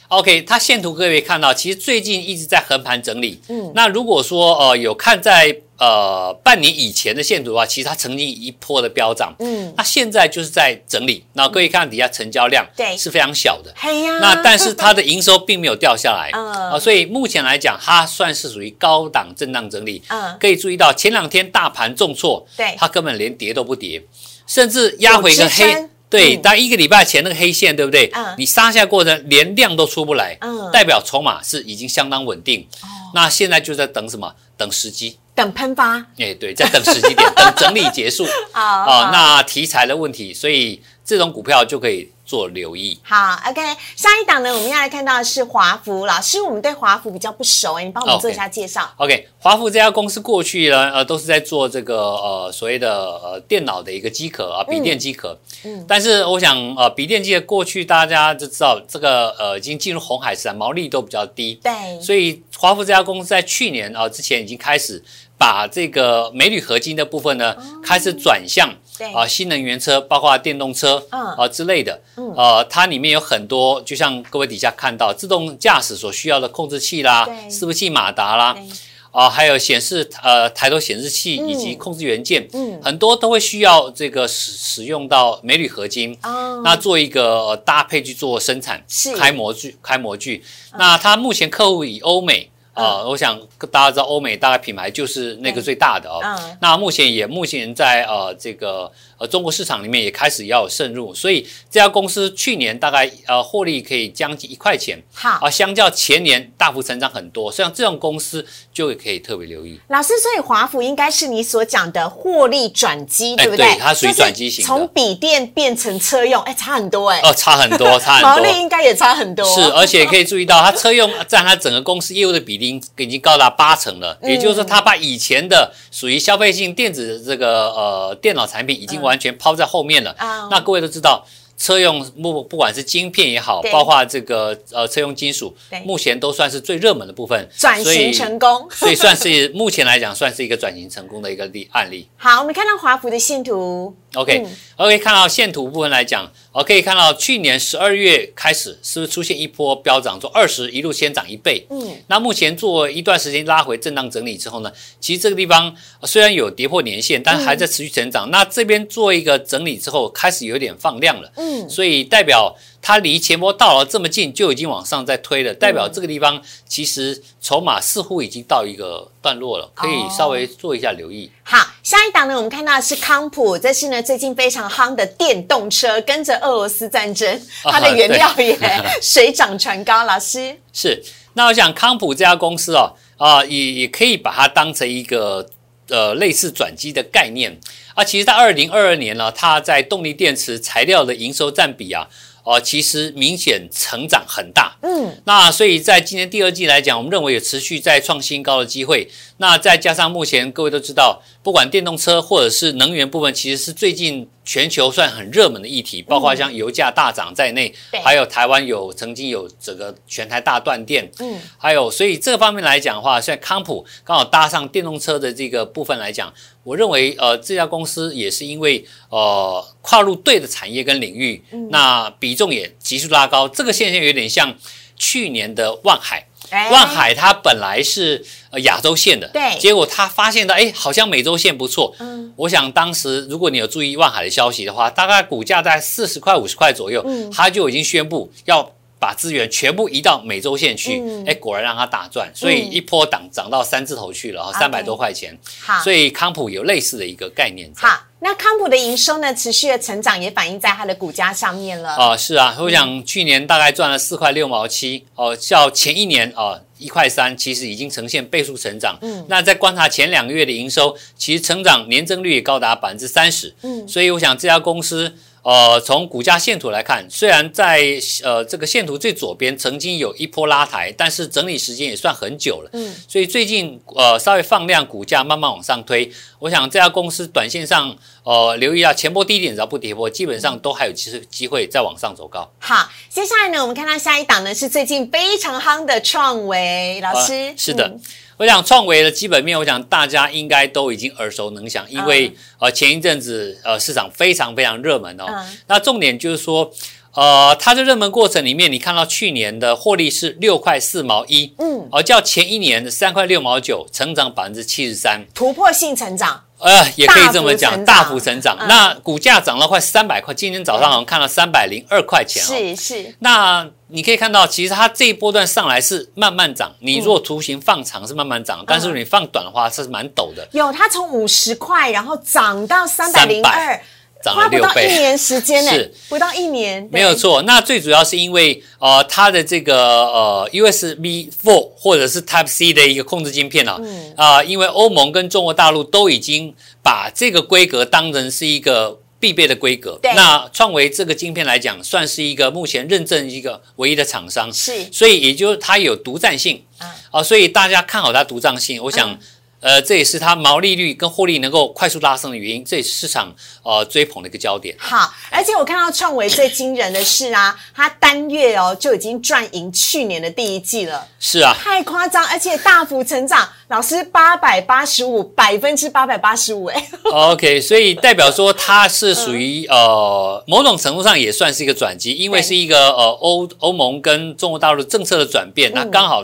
Speaker 2: OK，它线图各位可以看到，其实最近一直在横盘整理。
Speaker 1: 嗯，
Speaker 2: 那如果说呃有看在呃半年以前的线图的话，其实它曾经一波的飙涨，
Speaker 1: 嗯，嗯
Speaker 2: 那现在就是在整理。那各位看底下成交量
Speaker 1: 对
Speaker 2: 是非常小的，
Speaker 1: 嘿 呀，
Speaker 2: 那但是它的营收并没有掉下来
Speaker 1: 嗯
Speaker 2: 啊、所以目前来讲，它算是属于高档震荡整理。
Speaker 1: 嗯，
Speaker 2: 可以注意到前两天大盘重挫，
Speaker 1: 对
Speaker 2: 它根本连跌都不跌，甚至压回一个
Speaker 1: 有支
Speaker 2: 黑
Speaker 1: 撑，
Speaker 2: 对，
Speaker 1: 嗯
Speaker 2: 大概一个礼拜前那个黑线，对不对？
Speaker 1: 嗯
Speaker 2: 你杀下过程连量都出不来，
Speaker 1: 嗯哦
Speaker 2: 代表筹码是已经相当稳定。那现在就在等什么？等时机。
Speaker 1: 等喷发。哦
Speaker 2: 哎，对，在等时机点，等整理结 束
Speaker 1: 好，
Speaker 2: 啊、
Speaker 1: 好
Speaker 2: 那题材的问题，所以这种股票就可以做留意。
Speaker 1: 好，OK，下一档呢，我们要来看到的是华孚老师，我们对华孚比较不熟哎，你帮我们做一下介绍。
Speaker 2: OK，华孚这家公司过去呢，呃，都是在做这个呃所谓的呃电脑的一个机壳啊，笔电机壳。
Speaker 1: 嗯
Speaker 2: 但是我想，呃，笔电机壳过去大家就知道，这个呃已经进入红海市场，毛利都比较低。
Speaker 1: 对，
Speaker 2: 所以华孚这家公司在去年啊、呃之前已经开始把这个镁铝合金的部分呢，开始转向
Speaker 1: 哦对
Speaker 2: 啊、新能源车，包括电动车
Speaker 1: 嗯
Speaker 2: 啊、之类的。
Speaker 1: 嗯
Speaker 2: 呃，它里面有很多，就像各位底下看到自动驾驶所需要的控制器啦、
Speaker 1: 对
Speaker 2: 伺服器马达啦。
Speaker 1: 对
Speaker 2: 啊，还有显示呃抬头显示器
Speaker 1: 嗯
Speaker 2: 以及控制元件，
Speaker 1: 嗯
Speaker 2: 很多都会需要这个使使用到镁铝合金。
Speaker 1: 哦，
Speaker 2: 那做一个、呃搭配去做生产，
Speaker 1: 是嗯
Speaker 2: 开模具，开模具。那它目前客户以欧美啊、呃我想大家知道欧美大概品牌就是那个
Speaker 1: 对
Speaker 2: 最大的哦。
Speaker 1: 嗯嗯
Speaker 2: 那目前也目前在呃这个呃中国市场里面也开始要有渗入，所以这家公司去年大概呃获利可以将近一块钱，
Speaker 1: 好，
Speaker 2: 啊，相较前年大幅成长很多，像这种公司就可以特别留意。
Speaker 1: 老师，所以华孚应该是你所讲的获利转机，
Speaker 2: 哎
Speaker 1: 对不对？
Speaker 2: 对它属于
Speaker 1: 就是
Speaker 2: 转机型的
Speaker 1: 从笔电变成车用，哎，差很多哎，
Speaker 2: 哦，差很 多，差
Speaker 1: 毛
Speaker 2: 很
Speaker 1: 利
Speaker 2: 多。
Speaker 1: 应该也差很多。
Speaker 2: 是，哦而且可以注意到，它车用占它整个公司业务的比例已经高达八成了，
Speaker 1: 嗯
Speaker 2: 也就是说，它把以前的属于消费性电子这个呃电脑产品已经完全抛在后面了。
Speaker 1: 啊
Speaker 2: 那各位都知道，车用不不管是晶片也好
Speaker 1: 对，
Speaker 2: 包括这个呃车用金属
Speaker 1: 对，
Speaker 2: 目前都算是最热门的部分，
Speaker 1: 转
Speaker 2: 所
Speaker 1: 型
Speaker 2: 以
Speaker 1: 成功
Speaker 2: 所以算是目前来讲算是一个转型成功的一个例案例。
Speaker 1: 好，我们看到华孚的线图，
Speaker 2: OK，OK，、看
Speaker 1: 嗯
Speaker 2: 到线图部分来讲，我可以看到去年十二月开始是不是出现一波飙涨，从二十一路先涨一倍。
Speaker 1: 嗯，
Speaker 2: 那目前做一段时间拉回震荡整理之后呢，其实这个地方呃虽然有跌破年线，但
Speaker 1: 嗯
Speaker 2: 还在持续成长。那这边做一个整理之后，开始有点放量了，
Speaker 1: 嗯
Speaker 2: 所以代表它离前波到了这么近，就已经往上在推了，代表
Speaker 1: 嗯
Speaker 2: 这个地方其实筹码似乎已经到一个段落了，可
Speaker 1: 哦
Speaker 2: 以稍微做一下留意。
Speaker 1: 好，下一档呢，我们看到的是康普，这是呢最近非常夯的电动车，跟着俄罗斯战争，
Speaker 2: 啊
Speaker 1: 它的原
Speaker 2: 对
Speaker 1: 料也 水涨船高。老师，
Speaker 2: 是，那我想康普这家公司哦，啊、也也可以把它当成一个呃类似转机的概念啊。其实，在二零二二年呢，它在动力电池材料的营收占比啊，哦、其实明显成长很大。
Speaker 1: 嗯，
Speaker 2: 那所以在今年第二季来讲，我们认为有持续在创新高的机会。那再加上目前各位都知道，不管电动车或者是能源部分，其实是最近全球算很热门的议题，包括像油价大涨在内，
Speaker 1: 嗯对
Speaker 2: 还有台湾有曾经有整个全台大断电，
Speaker 1: 嗯，
Speaker 2: 还有所以这方面来讲的话，现在康普刚好搭上电动车的这个部分来讲，我认为呃这家公司也是因为呃跨入对的产业跟领域，
Speaker 1: 嗯
Speaker 2: 那比重也急速拉高，这个现象有点像去年的万海。
Speaker 1: 哎
Speaker 2: 万海它本来是呃亚洲线的，
Speaker 1: 对
Speaker 2: 结果他发现到，哎，好像美洲线不错。
Speaker 1: 嗯，
Speaker 2: 我想当时如果你有注意万海的消息的话，大概股价在四十块五十块左右，
Speaker 1: 嗯
Speaker 2: 他就已经宣布要把资源全部移到美洲线去
Speaker 1: 嗯。
Speaker 2: 哎、果然让他大赚，所以
Speaker 1: 嗯啊
Speaker 2: 一波涨涨到三字头去了，三百
Speaker 1: OK
Speaker 2: 多块钱。
Speaker 1: 好，
Speaker 2: 所
Speaker 1: 以
Speaker 2: 以康普有类似的一个概念在。
Speaker 1: 好，那康普的营收呢，持续的成长也反映在它的股价上面了。
Speaker 2: 啊、是啊，我想去年大概赚了四块六毛七，哦，较前一年哦一块三，其实已经呈现倍数成长。嗯，那在观察前两个月的营收，其实成长年增率也高达百分之三十。嗯，所以我想这家公司。呃，从股价线图来看，虽然在呃这个线图最左边曾经有一波拉抬，但是整理时间也算很久了。
Speaker 1: 嗯，
Speaker 2: 所以最近呃稍微放量，股价慢慢往上推。我想这家公司短线上呃留意到前波低点，只要不跌破，基本上都还有机机会再往上走高。
Speaker 1: 好，接下来呢，我们看到下一档呢是最近非常夯的创维老师、
Speaker 2: 呃是的。
Speaker 1: 嗯
Speaker 2: 我想创维的基本面，我想大家应该都已经耳熟能详，因
Speaker 1: 嗯
Speaker 2: 为、呃前一阵子呃市场非常非常热门哦。
Speaker 1: 嗯
Speaker 2: 那重点就是说，呃它在热门过程里面，你看到去年的获利是六块四毛一，
Speaker 1: 嗯，
Speaker 2: 而哦较前一年的三块六毛九，成长百分之七十三，
Speaker 1: 突破性成长，
Speaker 2: 呃，也可以这么讲，
Speaker 1: 大
Speaker 2: 大
Speaker 1: 幅
Speaker 2: 幅
Speaker 1: 成
Speaker 2: 成
Speaker 1: 长嗯
Speaker 2: 长。那股价涨了快三百块，今天早上好像看到三百零二块钱哦。
Speaker 1: 是是，
Speaker 2: 那你可以看到，其实它这一波段上来是慢慢涨。你如果
Speaker 1: 嗯
Speaker 2: 图形放长是慢慢涨，但是如果你放短的话，它是蛮陡的，
Speaker 1: 有它从五十块，然后涨到三百零二，
Speaker 2: 涨
Speaker 1: 花
Speaker 2: 了
Speaker 1: 不
Speaker 2: 六
Speaker 1: 到一
Speaker 2: 倍。
Speaker 1: 年时间呢、
Speaker 2: 是
Speaker 1: 不到一年，对
Speaker 2: 没有，错，那最主要是因为呃，它的这个呃 USB Four 或者是 Type C 的一个控制晶片啊，
Speaker 1: 嗯
Speaker 2: 啊、因为欧盟跟中国大陆都已经把这个规格当成是一个必备的规格
Speaker 1: 对。
Speaker 2: 那创维这个晶片来讲，算是一个目前认证一个唯一的厂商，
Speaker 1: 是
Speaker 2: 所以也就是它有独占性
Speaker 1: 嗯
Speaker 2: 啊、所以大家看好它独占性，我
Speaker 1: 啊
Speaker 2: 想。呃，这也是它毛利率跟获利能够快速拉升的原因，这也是市场呃追捧的一个焦点。
Speaker 1: 好，而且我看到创维最惊人的是啊，它单月哦就已经赚赢去年的第一季了，
Speaker 2: 是啊，
Speaker 1: 太夸张，而且大幅成长，老师八百八十五，百分之八百八十五， 哎，
Speaker 2: OK，所以代表说它是属于、呃某种程度上也算是一个转机，因为
Speaker 1: 嗯对
Speaker 2: 是一个呃欧欧盟跟中国大陆政策的转
Speaker 1: 嗯
Speaker 2: 变，那刚好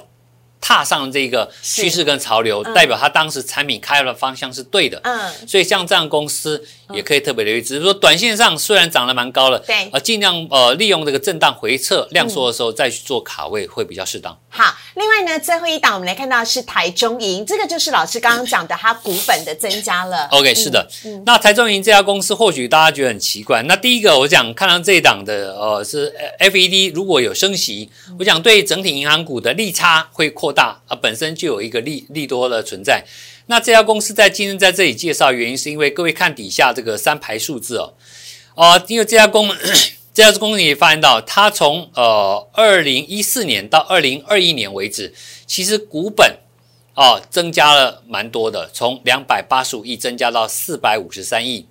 Speaker 2: 踏上这个
Speaker 1: 是
Speaker 2: 趋势跟潮流，代表它当时产品开发的方向是对的。
Speaker 1: 嗯，
Speaker 2: 所以像这样的公司也可以特别留意，只是说短线上虽然涨得蛮高了，
Speaker 1: 对
Speaker 2: 呃，尽量呃利用这个震荡回撤量缩的时候再去做卡位会比较适当。
Speaker 1: 好，另外呢，最后一档我们来看到是台中银，这个就是老师刚刚讲的，它股本的增加了。
Speaker 2: OK，是的，那台中银这家公司或许大家觉得很奇怪。那第一个，我讲看到这一档的呃是 FED 如果有升息，我想对整体银行股的利差会扩大啊、本身就有一个利利多的存在。那这家公司在今天在这里介绍，原因是因为各位看底下这个三排数字哦，呃，因为这家公 这家公司也发现到，它从呃二零一四年到二零二一年为止，其实股本哦，增加了蛮多的，从两百八十五亿增加到四百五十三亿。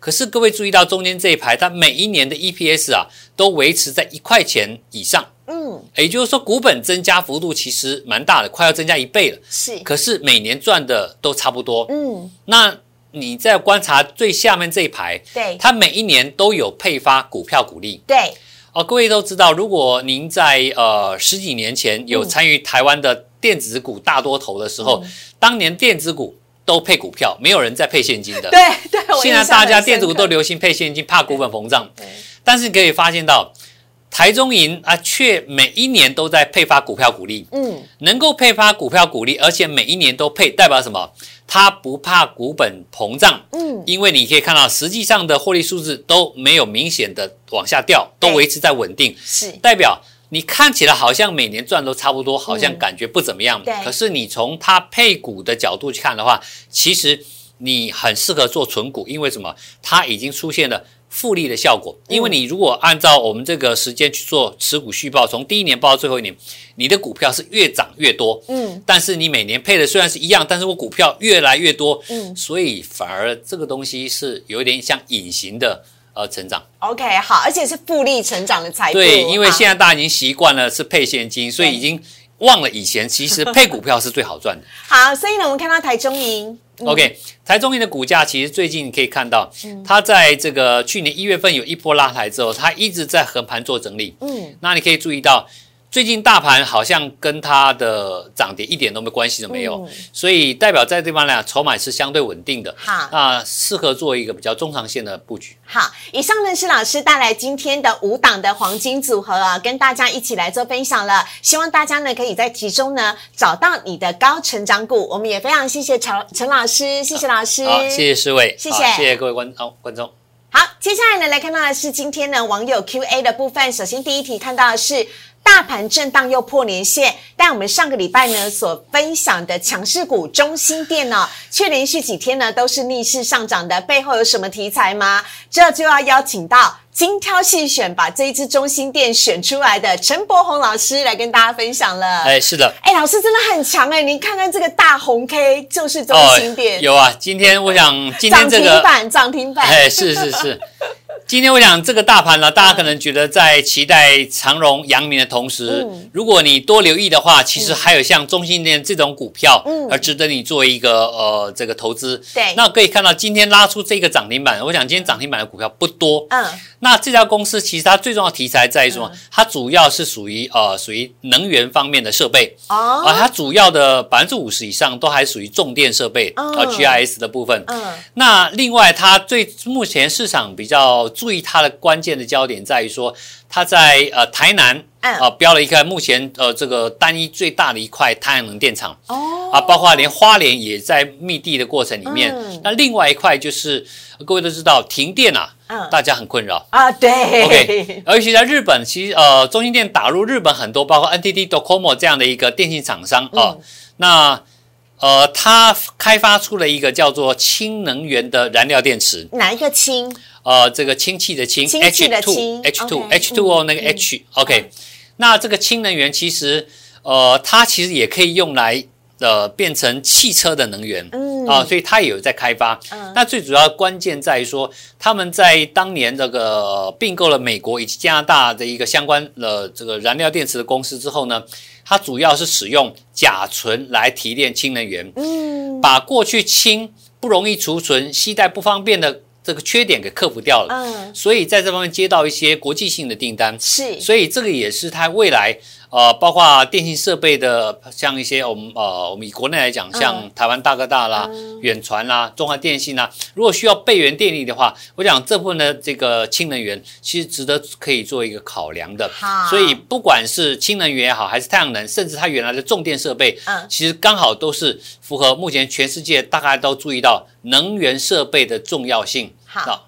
Speaker 2: 可是各位注意到中间这一排，它每一年的 EPS 啊，都维持在一块钱以上，
Speaker 1: 嗯，
Speaker 2: 也就是说股本增加幅度其实蛮大的，快要增加一倍了。
Speaker 1: 是，
Speaker 2: 可是每年赚的都差不多。
Speaker 1: 嗯，
Speaker 2: 那你再观察最下面这一排，
Speaker 1: 对，
Speaker 2: 它每一年都有配发股票股利。
Speaker 1: 对，
Speaker 2: 哦，各位都知道，如果您在呃十几年前有
Speaker 1: 嗯
Speaker 2: 参与台湾的电子股大多头的时候，当年电子股都配股票，没有人在配现金的。
Speaker 1: 对，对，我
Speaker 2: 现
Speaker 1: 印
Speaker 2: 在
Speaker 1: 象
Speaker 2: 大家
Speaker 1: 很
Speaker 2: 电子
Speaker 1: 深
Speaker 2: 股
Speaker 1: 刻
Speaker 2: 都流行配现金，怕股本膨胀
Speaker 1: 对。
Speaker 2: 但是你可以发现到，台中银啊，却每一年都在配发股票股利，
Speaker 1: 嗯，
Speaker 2: 能够配发股票股利，而且每一年都配，代表什么？它不怕股本膨胀，
Speaker 1: 嗯，
Speaker 2: 因为你可以看到，实际上的获利数字都没有明显的往下掉，都
Speaker 1: 对
Speaker 2: 维持在稳定。
Speaker 1: 是，
Speaker 2: 代表你看起来好像每年赚都差不多，好像感觉不怎么样。
Speaker 1: 嗯对
Speaker 2: 可是你从它配股的角度去看的话，其实你很适合做存股，因为什么？它已经出现了。复利的效果，
Speaker 1: 嗯
Speaker 2: 因为你如果按照我们这个时间去做持股续报，从第一年报到最后一年，你的股票是越涨越多，
Speaker 1: 嗯，
Speaker 2: 但是你每年配的虽然是一样，但是我股票越来越多，
Speaker 1: 嗯
Speaker 2: 所以反而这个东西是有点像隐形的呃成长。
Speaker 1: ，OK，好，而且是复利成长的财富。
Speaker 2: 对，因为
Speaker 1: 好
Speaker 2: 现在大家已经习惯了是配现金，所以已经忘了以前 其实配股票是最好赚的。
Speaker 1: 好，所以呢，我们看到台中银，
Speaker 2: OK，台中银的股价其实最近你可以看到，
Speaker 1: 嗯
Speaker 2: 它在这个去年一月份有一波拉抬之后，它一直在横盘做整理。
Speaker 1: 嗯，
Speaker 2: 那你可以注意到，最近大盘好像跟它的涨跌一点都没关系都没有，
Speaker 1: 嗯
Speaker 2: 所以代表在这方面来讲，筹码是相对稳定的，
Speaker 1: 好
Speaker 2: 那适合做一个比较中长线的布局。
Speaker 1: 好，以上呢是老师带来今天的五档的黄金组合啊，跟大家一起来做分享了。希望大家呢可以在其中呢找到你的高成长股。我们也非常谢谢陈陈老师，谢谢老师，
Speaker 2: 好，谢谢四位，
Speaker 1: 谢
Speaker 2: 好
Speaker 1: 谢
Speaker 2: 谢谢各位观哦观众。
Speaker 1: 好，接下来呢，来看到的是今天呢网友 Q A 的部分。首先第一题看到的是大盘震荡又破年线，但我们上个礼拜呢所分享的强势股中心电哦，却连续几天呢都是逆势上涨的，背后有什么题材吗？这就要邀请到精挑细选把这一支中心店选出来的陈柏宏老师来跟大家分享了。哎、
Speaker 2: 哎，是的，
Speaker 1: 老师真的很强哎、您看看这个大红 K 就是中心店，
Speaker 2: 有啊。今天我想， 今
Speaker 1: 涨
Speaker 2: 天这
Speaker 1: 停
Speaker 2: 个
Speaker 1: 板，涨停板，
Speaker 2: 哎，是是 是。今天我想这个大盘呢，大家可能觉得在期待长荣、阳明的同时，
Speaker 1: 嗯
Speaker 2: 如果你多留意的话，其实还有像中信电这种股票，
Speaker 1: 嗯
Speaker 2: 而值得你做一个呃这个投资。
Speaker 1: 对
Speaker 2: 那可以看到今天拉出这个涨停板，我想今天涨停板的股票不多，
Speaker 1: 嗯，
Speaker 2: 那这家公司其实它最重要的题材在于什么？它主要是属于呃属于能源方面的设备啊、
Speaker 1: 哦，
Speaker 2: 它主要的百分之五十以上都还属于重电设备啊、
Speaker 1: 嗯
Speaker 2: GIS 的部分。
Speaker 1: 嗯。
Speaker 2: 那另外，它最目前市场比较注意它的关键的焦点在于说，它在呃台南
Speaker 1: 嗯
Speaker 2: 啊、标了一块目前呃这个单一最大的一块太阳能电厂。
Speaker 1: 哦，
Speaker 2: 啊，包括连花莲也在密地的过程里面。
Speaker 1: 嗯
Speaker 2: 那另外一块就是呃各位都知道停电啊，
Speaker 1: 嗯
Speaker 2: 大家很困扰。
Speaker 1: 啊，对
Speaker 2: OK，而且在日本，其实呃，中心店打入日本很多，包括 NTT Docomo 这样的一个电信厂商啊、
Speaker 1: 嗯
Speaker 2: 那呃，它开发出了一个叫做氢能源的燃料电池，
Speaker 1: 哪一个氢？
Speaker 2: 呃，这个氢气的氢
Speaker 1: 氢气的
Speaker 2: H two
Speaker 1: 氢
Speaker 2: H two
Speaker 1: OK，嗯
Speaker 2: H two O 那个 H OK，那这个氢能源其实呃，它其实也可以用来呃变成汽车的能源，
Speaker 1: 嗯
Speaker 2: 啊，所以它也有在开发。
Speaker 1: 嗯
Speaker 2: 那最主要关键在于说，他们在当年这个呃并购了美国以及加拿大的一个相关呃这个燃料电池的公司之后呢，它主要是使用甲醇来提炼氢能源，
Speaker 1: 嗯
Speaker 2: 把过去氢不容易储存、携带不方便的这个缺点给克服掉了。
Speaker 1: 嗯，
Speaker 2: 所以在这方面接到一些国际性的订单，
Speaker 1: 是
Speaker 2: 所以这个也是它未来呃，包括电信设备的，像一些我们呃，我们以国内来讲，
Speaker 1: 嗯
Speaker 2: 像台湾大哥大啦、远传啦、中华电信啦，如果需要备援电力的话，我想这部分的这个氢能源其实值得可以做一个考量的
Speaker 1: 好。
Speaker 2: 所以不管是氢能源也好，还是太阳能，甚至它原来的重电设备，
Speaker 1: 嗯
Speaker 2: 其实刚好都是符合目前全世界大概都注意到能源设备的重要性。
Speaker 1: 好
Speaker 2: 那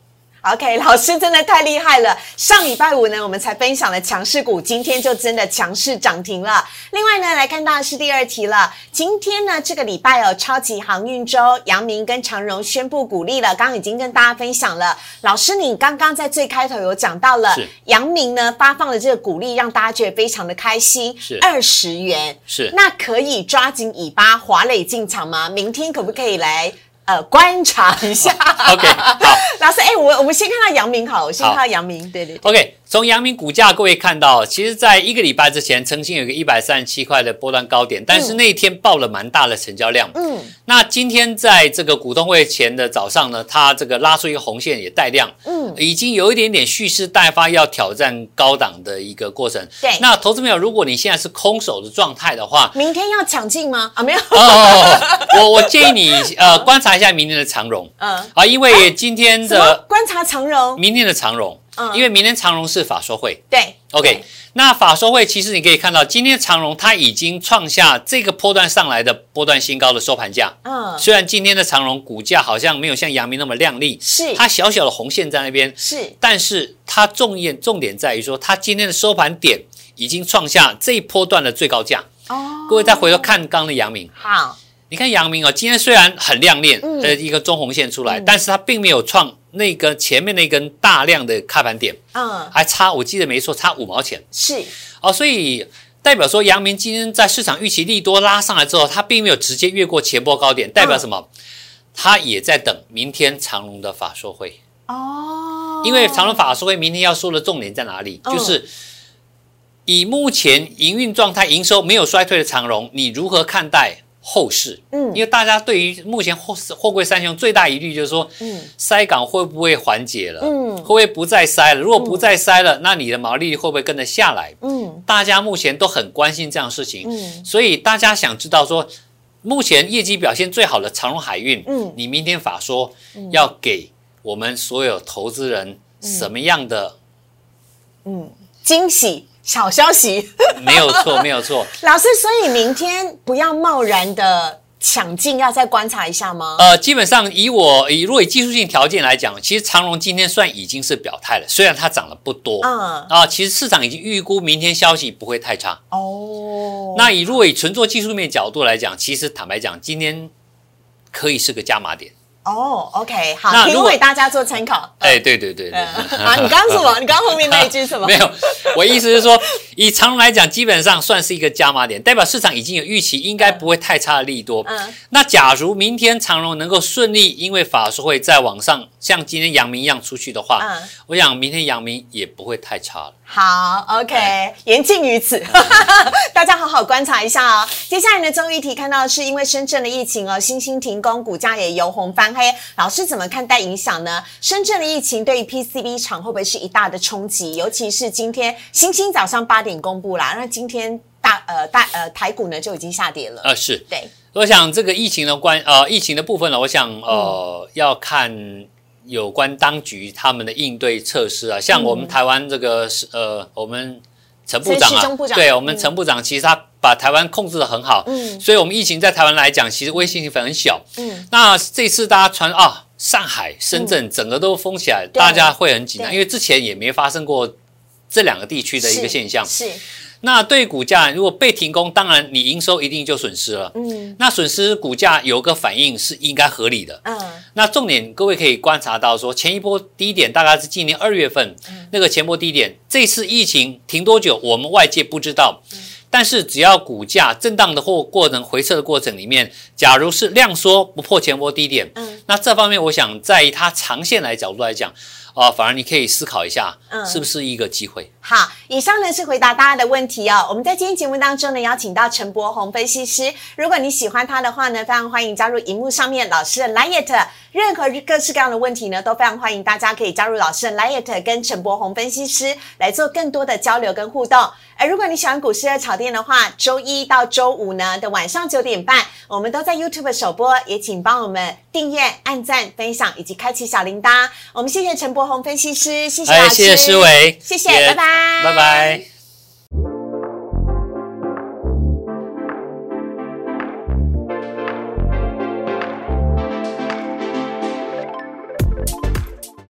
Speaker 1: OK，老师真的太厉害了。上礼拜五呢，我们才分享了强势股，今天就真的强势涨停了。另外呢，来看到的是第二题了。今天呢，这个礼拜哦，超级航运周，阳明跟长荣宣布鼓励了，刚刚已经跟大家分享了。老师，你刚刚在最开头有讲到了
Speaker 2: 是，
Speaker 1: 阳明呢发放了这个鼓励，让大家觉得非常的开心，
Speaker 2: 是
Speaker 1: 二十元。
Speaker 2: 是
Speaker 1: 那可以抓紧尾巴华磊进场吗？明天可不可以来呃观察一下
Speaker 2: OK，好。
Speaker 1: 老师，哎、我我们先看到杨明好了，我先
Speaker 2: 好
Speaker 1: 看到杨明，对对对，
Speaker 2: OK，从阳明股价各位看到，其实在一个礼拜之前曾经有一个一百三十七块的波段高点，但是那一天爆了蛮大的成交量。
Speaker 1: 嗯，
Speaker 2: 那今天在这个股东会前的早上呢，它这个拉出一个红线也带量，
Speaker 1: 嗯，
Speaker 2: 已经有一点点蓄势待发，要挑战高档的一个过程。
Speaker 1: 对
Speaker 2: 那投资朋友，如果你现在是空手的状态 的话，
Speaker 1: 明天要抢进吗？啊，没有，
Speaker 2: 哦，我我建议你呃观察一下明天的长荣
Speaker 1: 嗯，
Speaker 2: 啊，因为今天
Speaker 1: 什么
Speaker 2: 的
Speaker 1: 观察长荣？
Speaker 2: 明天的长荣
Speaker 1: 嗯，
Speaker 2: 因为明天长荣是法说会。
Speaker 1: 对
Speaker 2: OK，
Speaker 1: 对
Speaker 2: 那法说会其实你可以看到，今天长荣它已经创下这个波段上来的波段新高的收盘价。
Speaker 1: 嗯，
Speaker 2: 虽然今天的长荣股价好像没有像阳明那么亮丽，
Speaker 1: 是
Speaker 2: 它小小的红线在那边，
Speaker 1: 是，
Speaker 2: 但是它重点重点在于说，它今天的收盘点已经创下这一波段的最高价。
Speaker 1: 哦，
Speaker 2: 各位再回头看刚刚的阳明，
Speaker 1: 好，
Speaker 2: 你看阳明哦，今天虽然很亮丽，
Speaker 1: 嗯
Speaker 2: 呃，一个中红线出来，但是它并没有创那根前面那根大量的开盘点，
Speaker 1: 嗯，
Speaker 2: 还差我记得没错，差五毛钱。
Speaker 1: 是
Speaker 2: 哦，所以代表说阳明今天在市场预期利多拉上来之后，它并没有直接越过前波高点，代表
Speaker 1: 嗯
Speaker 2: 什么？它也在等明天长隆的法说会，
Speaker 1: 哦，
Speaker 2: 因为长隆法说会明天要说的重点在哪里？
Speaker 1: 嗯
Speaker 2: 就是以目前营运状态、营收没有衰退的长隆，你如何看待后市。
Speaker 1: 嗯
Speaker 2: 因为大家对于目前后市货柜三雄最大疑虑就是说，
Speaker 1: 嗯
Speaker 2: 塞港会不会缓解了？
Speaker 1: 嗯
Speaker 2: 会不会不再塞了？如果不再塞了，那你的毛利率会不会跟着下来？
Speaker 1: 嗯
Speaker 2: 大家目前都很关心这样的事情，
Speaker 1: 嗯
Speaker 2: 所以大家想知道说，目前业绩表现最好的长荣海运，
Speaker 1: 嗯
Speaker 2: 你明天法说要给我们所有投资人什么样的？
Speaker 1: 惊喜小消息，
Speaker 2: 没有错，没有错。
Speaker 1: 老师，所以明天不要贸然的抢进，要再观察一下吗？
Speaker 2: 呃，基本上以我以如果以技术性条件来讲，其实长荣今天算已经是表态了，虽然它涨了不多，
Speaker 1: 嗯
Speaker 2: 啊，其实市场已经预估明天消息不会太差。
Speaker 1: 哦，
Speaker 2: 那以如果以纯做技术面角度来讲，其实坦白讲，今天可以是个加码点。
Speaker 1: 哦，OK，好，
Speaker 2: 那
Speaker 1: 提
Speaker 2: 如果
Speaker 1: 供给大家做参考。
Speaker 2: 哎，对对对对
Speaker 1: 嗯，，啊，你刚刚 什么？你刚刚后面那一句是什么
Speaker 2: 没？有，我意思是说，以长荣来讲，基本上算是一个加码点，代表市场已经有预期，应该不会太差的利多。
Speaker 1: 嗯
Speaker 2: 那假如明天长荣能够顺利，因为法术会再往上，像今天阳明一样出去的话，
Speaker 1: 嗯
Speaker 2: 我想明天阳明也不会太差了。
Speaker 1: 好，OK，言
Speaker 2: 哎
Speaker 1: 尽于此， 大家好好观察一下哦。接下来呢，综艺题看到的是因为深圳的疫情哦，新兴停工，股价也由红翻黑。老师怎么看待影响呢？深圳的疫情对于 PCB 厂会不会是一大的冲击？尤其是今天星星早上八点公布啦，那今天大呃大呃台股呢就已经下跌了。
Speaker 2: 呃，是，
Speaker 1: 对，
Speaker 2: 我想这个疫情的关呃疫情的部分呢，我想
Speaker 1: 嗯
Speaker 2: 呃、要看有关当局他们的应对措施啊，像我们台湾这个是、呃我们陈部长
Speaker 1: 嗯陈时
Speaker 2: 啊，
Speaker 1: 中部长
Speaker 2: 对
Speaker 1: 嗯
Speaker 2: 我们陈部长其实他把台湾控制的很好，
Speaker 1: 嗯
Speaker 2: 所以我们疫情在台湾来讲，其实危险性很小。
Speaker 1: 嗯，
Speaker 2: 那这次大家传啊，上海、深圳整个都封起来，大家会很紧张，
Speaker 1: 对
Speaker 2: 因为之前也没发生过这两个地区的一个
Speaker 1: 是
Speaker 2: 现象。
Speaker 1: 是，
Speaker 2: 那对股价如果被停工，当然你营收一定就损失了。
Speaker 1: 嗯
Speaker 2: 那损失股价有个反应是应该合理的。
Speaker 1: 嗯
Speaker 2: 那重点各位可以观察到说，前一波低点大概是今年二月份、
Speaker 1: 嗯
Speaker 2: 那个前波低点，这次疫情停多久，我们外界不知道。但是只要股价震荡的或过程回撤的过程里面，假如是量缩不破前波低点，
Speaker 1: 嗯
Speaker 2: 那这方面我想在于它长线来角度来讲，啊、反而你可以思考一下
Speaker 1: 嗯，
Speaker 2: 是不是一个机会。
Speaker 1: 好，以上呢是回答大家的问题哦。我们在今天节目当中呢，邀请到陈柏宏分析师。如果你喜欢他的话呢，非常欢迎加入荧幕上面老师的 Liet。任何各式各样的问题呢，都非常欢迎大家可以加入老师的 Liet 跟陈柏宏分析师来做更多的交流跟互动。而如果你喜欢股市的炒店的话，周一到周五呢的晚上九点半，我们都在 YouTube 首播，也请帮我们订阅、按赞、分享以及开启小铃铛。我们谢谢陈柏宏分析师，谢谢老
Speaker 2: 哎，
Speaker 1: 师，
Speaker 2: 谢谢思维，
Speaker 1: 谢谢，
Speaker 2: 也
Speaker 1: 拜拜，
Speaker 2: 拜拜。